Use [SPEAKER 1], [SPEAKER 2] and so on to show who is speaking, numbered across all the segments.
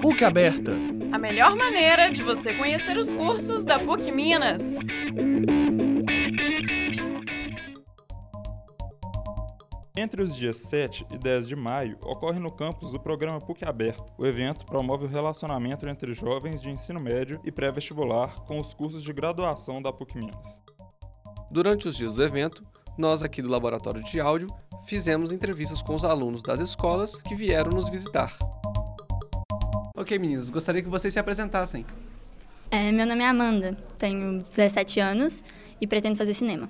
[SPEAKER 1] PUC Aberta.
[SPEAKER 2] A melhor maneira de você conhecer os cursos da PUC Minas.
[SPEAKER 3] Entre os dias 7 e 10 de maio, ocorre no campus o programa PUC Aberto. O evento promove o relacionamento entre jovens de ensino médio e pré-vestibular com os cursos de graduação da PUC Minas.
[SPEAKER 4] Durante os dias do evento, nós aqui do Laboratório de Áudio fizemos entrevistas com os alunos das escolas que vieram nos visitar. Ok, meninos, gostaria que vocês se apresentassem.
[SPEAKER 5] É, meu nome é Amanda, tenho 17 anos e pretendo fazer cinema.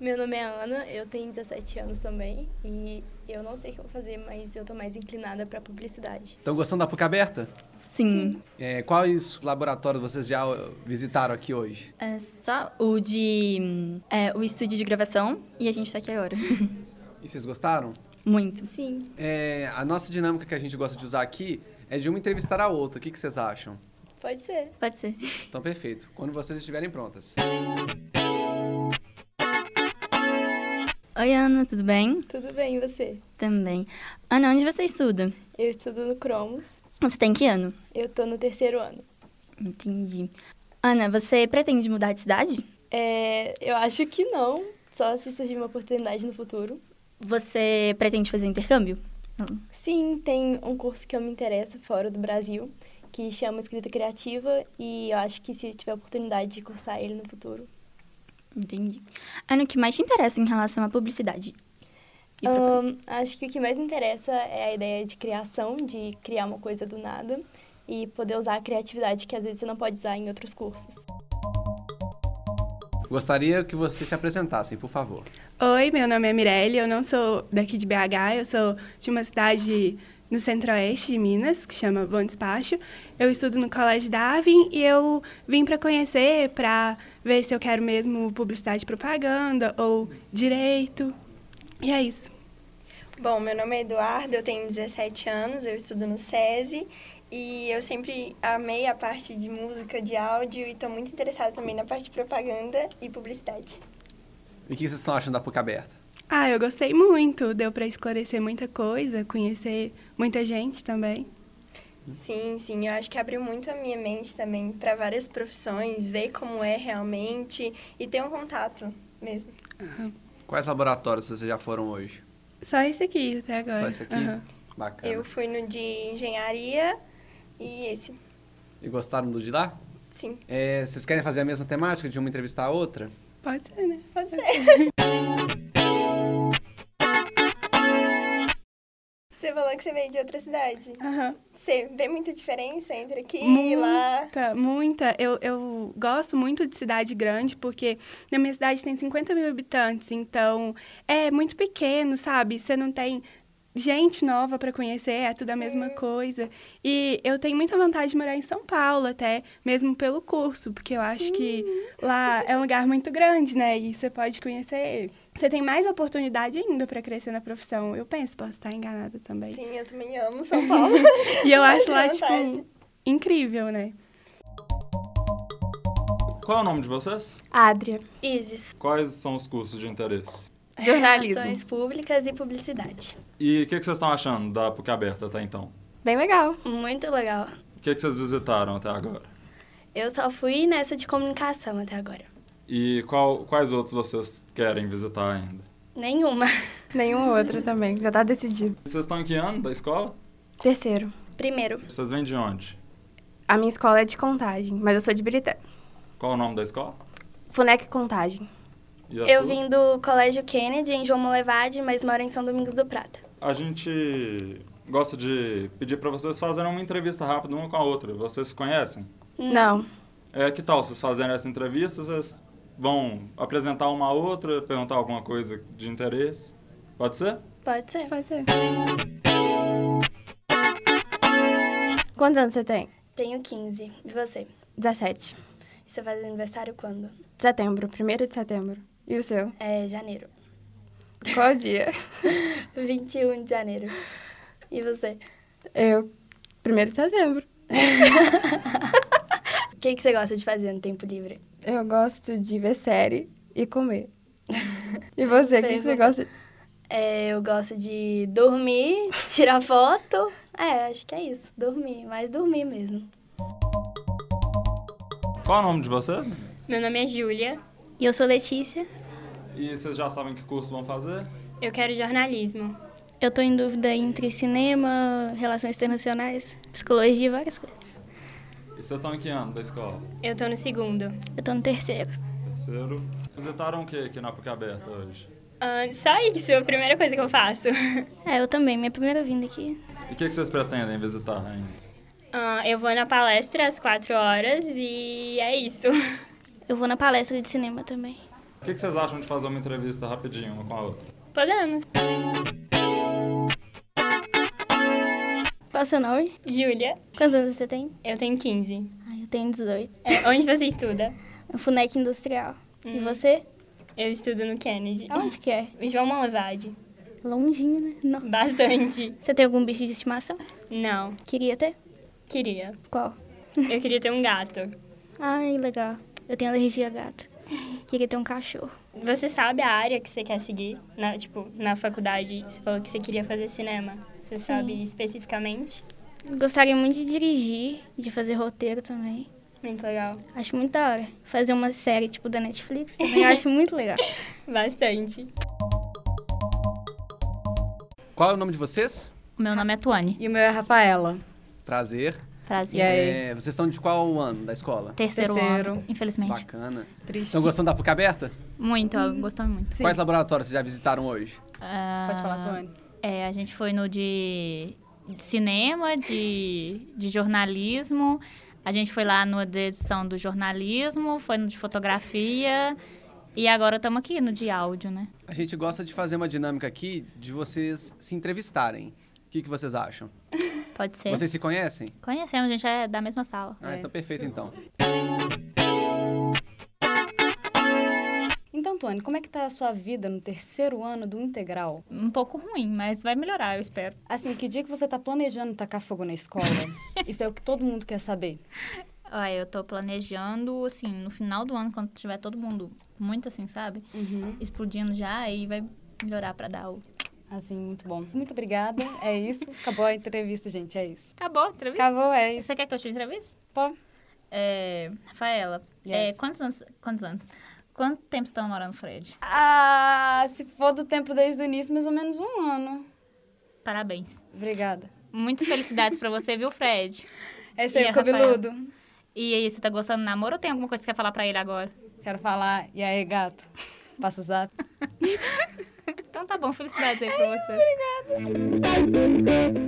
[SPEAKER 6] Meu nome é Ana, eu tenho 17 anos também e eu não sei o que eu vou fazer, mas eu tô mais inclinada para publicidade.
[SPEAKER 4] Estão gostando da PUC aberta?
[SPEAKER 5] Sim.
[SPEAKER 4] É, quais laboratórios vocês já uh, visitaram aqui hoje?
[SPEAKER 5] É só o de. é, o estúdio de gravação e a gente está aqui agora.
[SPEAKER 4] E vocês gostaram?
[SPEAKER 5] Muito.
[SPEAKER 6] Sim,
[SPEAKER 4] É, a nossa dinâmica que a gente gosta de usar aqui é de uma entrevistar a outra. O que, que vocês acham?
[SPEAKER 6] pode ser.
[SPEAKER 5] Pode ser.
[SPEAKER 4] Então, perfeito. Quando vocês estiverem prontas.
[SPEAKER 5] Oi, Ana, tudo bem?
[SPEAKER 6] Tudo bem, e você?
[SPEAKER 5] Também. Ana, onde você estuda?
[SPEAKER 6] Eu estudo no Cromos,
[SPEAKER 5] Você tem que ano?
[SPEAKER 6] eu tô no terceiro ano.
[SPEAKER 5] Entendi. Ana, você pretende mudar de cidade?
[SPEAKER 6] É, eu acho que não, só se surgir uma oportunidade no futuro.
[SPEAKER 5] Você pretende fazer um intercâmbio?
[SPEAKER 6] Sim, tem um curso que eu me interesso fora do Brasil, que chama Escrita Criativa, e eu acho que se tiver oportunidade de cursar ele no futuro,
[SPEAKER 5] Entendi. Ana, o que mais te interessa em relação à publicidade? E propaganda?
[SPEAKER 7] Ah,
[SPEAKER 6] Ahn, acho que o que mais me interessa é a ideia de criação, de criar uma coisa do nada e poder usar a criatividade que às vezes você não pode usar em outros cursos.
[SPEAKER 4] Gostaria que vocês se apresentassem, por favor.
[SPEAKER 8] Oi, meu nome é Mirelle, eu não sou daqui de BH, eu sou de uma cidade no centro-oeste de Minas, que chama Bom Despacho. Eu estudo no Colégio Darwin e eu vim para conhecer, para ver se eu quero mesmo publicidade e propaganda ou direito. E é isso.
[SPEAKER 9] Bom, meu nome é Eduardo, eu tenho 17 anos, eu estudo no SESI e eu sempre amei a parte de música, de áudio e estou muito interessada também na parte de propaganda e publicidade.
[SPEAKER 4] E o que vocês estão achando da PUC aberta?
[SPEAKER 8] Ah, eu gostei muito, deu para esclarecer muita coisa, conhecer muita gente também.
[SPEAKER 9] Sim, sim, eu acho que abriu muito a minha mente também para várias profissões, ver como é realmente e ter um contato mesmo.
[SPEAKER 4] Quais laboratórios vocês já foram hoje?
[SPEAKER 8] Só esse aqui até agora.
[SPEAKER 4] Só esse aqui?
[SPEAKER 8] Aham.
[SPEAKER 4] Bacana.
[SPEAKER 9] Eu fui no de engenharia e esse,
[SPEAKER 4] E gostaram do de lá?
[SPEAKER 9] sim,
[SPEAKER 4] É, vocês querem fazer a mesma temática de uma entrevistar a outra?
[SPEAKER 8] Pode ser, né?
[SPEAKER 9] pode ser. Você falou que você veio de outra cidade.
[SPEAKER 8] Aham.
[SPEAKER 9] Você vê muita diferença entre aqui e lá?
[SPEAKER 8] Muita, muita. Eu, eu gosto muito de cidade grande, porque na minha cidade tem 50 mil habitantes, então é muito pequeno, sabe? Você não tem gente nova para conhecer, é tudo a mesma coisa. E eu tenho muita vontade de morar em São Paulo, até mesmo pelo curso, porque eu acho que lá é um lugar muito grande, né? E você pode conhecer. Você tem mais oportunidade ainda para crescer na profissão. Eu penso, posso estar enganada também.
[SPEAKER 9] Sim, eu também amo São Paulo.
[SPEAKER 8] E eu acho
[SPEAKER 9] Muita
[SPEAKER 8] lá,
[SPEAKER 9] vontade.
[SPEAKER 8] tipo, incrível, né?
[SPEAKER 3] Qual é o nome de vocês?
[SPEAKER 7] Adria.
[SPEAKER 10] Isis,
[SPEAKER 3] Quais são os cursos de interesse?
[SPEAKER 7] Jornalismo.
[SPEAKER 10] Relações Públicas e Publicidade.
[SPEAKER 3] E o que, que vocês estão achando da PUC Aberta até então?
[SPEAKER 7] Bem legal.
[SPEAKER 10] Muito legal.
[SPEAKER 3] O que, que vocês visitaram até agora?
[SPEAKER 10] Eu só fui nessa de comunicação até agora.
[SPEAKER 3] E qual- quais outros vocês querem visitar ainda?
[SPEAKER 10] Nenhuma.
[SPEAKER 7] Nenhum outro também. Já tá decidido.
[SPEAKER 3] Vocês estão em que ano da escola?
[SPEAKER 7] Terceiro.
[SPEAKER 10] Primeiro,
[SPEAKER 3] Vocês vêm de onde?
[SPEAKER 7] A minha escola é de contagem, mas eu sou de Birité.
[SPEAKER 3] Qual o nome da escola?
[SPEAKER 7] Funec Contagem.
[SPEAKER 3] E a
[SPEAKER 10] eu
[SPEAKER 3] sua?
[SPEAKER 10] vim do Colégio Kennedy, em João Molevade, mas moro em São Domingos do Prata.
[SPEAKER 3] A gente gosta de pedir para vocês fazerem uma entrevista rápida uma com a outra. Vocês se conhecem?
[SPEAKER 7] Não.
[SPEAKER 3] É, que tal vocês fazerem essa entrevista? Vocês vão apresentar uma a outra, perguntar alguma coisa de interesse? Pode ser?
[SPEAKER 10] Pode ser?
[SPEAKER 7] Pode ser. Quantos anos você tem?
[SPEAKER 10] Tenho 15. E você?
[SPEAKER 7] 17.
[SPEAKER 10] Você faz aniversário quando?
[SPEAKER 7] Setembro. Primeiro de setembro. E o seu?
[SPEAKER 10] É janeiro.
[SPEAKER 7] Qual dia?
[SPEAKER 10] 21 de janeiro. E você?
[SPEAKER 7] Eu. Primeiro de setembro.
[SPEAKER 10] O que, que você gosta de fazer no tempo livre?
[SPEAKER 7] Eu gosto de ver série e comer. E você, o que, que você gosta?
[SPEAKER 10] É, eu gosto de dormir, tirar foto.
[SPEAKER 11] É, acho que é isso. Dormir, mas dormir mesmo.
[SPEAKER 3] Qual é o nome de vocês?
[SPEAKER 6] Meu nome é Júlia.
[SPEAKER 5] E eu sou Letícia.
[SPEAKER 3] E vocês já sabem que curso vão fazer?
[SPEAKER 6] Eu quero jornalismo.
[SPEAKER 5] Eu tô em dúvida entre cinema, relações internacionais, psicologia e várias coisas.
[SPEAKER 3] E vocês estão em que ano da escola?
[SPEAKER 6] Eu tô no segundo.
[SPEAKER 5] Eu tô no terceiro.
[SPEAKER 3] Terceiro. Visitaram o que aqui na PUC Aberta hoje?
[SPEAKER 6] Ah, só isso, é a primeira coisa que eu faço.
[SPEAKER 5] É, eu também, minha primeira vinda aqui.
[SPEAKER 3] E o que, que vocês pretendem visitar ainda?
[SPEAKER 6] Ah, eu vou na palestra às quatro horas e é isso.
[SPEAKER 5] Eu vou na palestra de cinema também.
[SPEAKER 3] O que, que vocês acham de fazer uma entrevista rapidinho uma com a outra?
[SPEAKER 6] Podemos.
[SPEAKER 5] Qual é o seu nome?
[SPEAKER 6] Júlia,
[SPEAKER 5] Quantos anos você tem?
[SPEAKER 6] eu tenho 15.
[SPEAKER 5] Ah, eu tenho 18.
[SPEAKER 6] É, onde você estuda?
[SPEAKER 5] No um FUNEC Industrial. E
[SPEAKER 6] Hum.
[SPEAKER 5] você?
[SPEAKER 6] Eu estudo no Kennedy.
[SPEAKER 5] Aonde que é?
[SPEAKER 6] João Malevade.
[SPEAKER 5] Longinho, né? Não.
[SPEAKER 6] Bastante.
[SPEAKER 5] Você tem algum bicho de estimação?
[SPEAKER 6] Não,
[SPEAKER 5] Queria ter?
[SPEAKER 6] queria.
[SPEAKER 5] Qual?
[SPEAKER 6] Eu queria ter um gato.
[SPEAKER 5] Ai, legal. Eu tenho alergia a gato. Queria ter um cachorro.
[SPEAKER 6] Você sabe a área que você quer seguir? Na, tipo, na faculdade, você falou que você queria fazer cinema. Você sabe especificamente?
[SPEAKER 5] Gostaria muito de dirigir, de fazer roteiro também.
[SPEAKER 6] Muito legal.
[SPEAKER 5] Acho muito da hora. Fazer uma série tipo da Netflix também eu acho muito legal.
[SPEAKER 6] Bastante.
[SPEAKER 4] Qual é o nome de vocês?
[SPEAKER 12] O meu nome é Tuane.
[SPEAKER 8] E o meu é Rafaela.
[SPEAKER 4] Prazer.
[SPEAKER 12] Prazer.
[SPEAKER 4] É, vocês estão de qual ano da escola?
[SPEAKER 12] Terceiro,
[SPEAKER 8] Terceiro.
[SPEAKER 12] ano, infelizmente.
[SPEAKER 4] Bacana.
[SPEAKER 8] Triste.
[SPEAKER 4] Estão gostando da PUC aberta?
[SPEAKER 12] Muito, eu gostava muito.
[SPEAKER 4] Quais laboratórios vocês já visitaram hoje?
[SPEAKER 12] Ah,
[SPEAKER 8] Pode falar, Tuane.
[SPEAKER 12] É, a gente foi no de, de cinema, de, de jornalismo. A gente foi lá no de edição do jornalismo, foi no de fotografia. E agora estamos aqui no de áudio, né?
[SPEAKER 4] A gente gosta de fazer uma dinâmica aqui de vocês se entrevistarem. O que, que vocês acham?
[SPEAKER 12] Pode ser.
[SPEAKER 4] Vocês se conhecem?
[SPEAKER 12] Conhecemos, a gente é da mesma sala. É.
[SPEAKER 4] Ah, então perfeito então.
[SPEAKER 8] Então, Tuane, como é que tá a sua vida no terceiro ano do integral?
[SPEAKER 12] Um pouco ruim, mas vai melhorar, eu espero.
[SPEAKER 8] Assim, que dia que você tá planejando tacar fogo na escola? Isso é o que todo mundo quer saber.
[SPEAKER 12] Ó, Ah, eu tô planejando, assim, no final do ano, quando tiver todo mundo muito assim, sabe?
[SPEAKER 8] Uhum.
[SPEAKER 12] Explodindo já, aí vai melhorar pra dar o...
[SPEAKER 8] Assim, muito bom. Muito obrigada. É isso. Acabou a entrevista, gente. É isso.
[SPEAKER 12] Acabou a entrevista?
[SPEAKER 8] Acabou, é isso.
[SPEAKER 12] Você quer que eu te entreviste?
[SPEAKER 8] Pô.
[SPEAKER 12] É, Rafaela, é,
[SPEAKER 8] Yes.
[SPEAKER 12] quantos anos? Quantos anos? Quanto tempo você tá namorando, Fred?
[SPEAKER 8] Ah, se for do tempo desde o início, mais ou menos um ano.
[SPEAKER 12] Parabéns.
[SPEAKER 8] Obrigada.
[SPEAKER 12] Muitas felicidades pra você, viu, Fred?
[SPEAKER 8] Esse aí,
[SPEAKER 12] E
[SPEAKER 8] o
[SPEAKER 12] a Rafaela?
[SPEAKER 8] cabeludo.
[SPEAKER 12] E aí, você tá gostando do namoro ou tem alguma coisa que você quer falar pra ele agora?
[SPEAKER 8] Quero falar. E aí, gato? Passa o zap.
[SPEAKER 12] Então tá bom, felicidades aí pra você.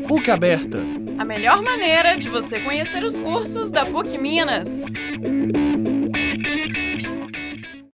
[SPEAKER 13] PUC Aberta.
[SPEAKER 2] A melhor maneira de você conhecer os cursos da PUC Minas.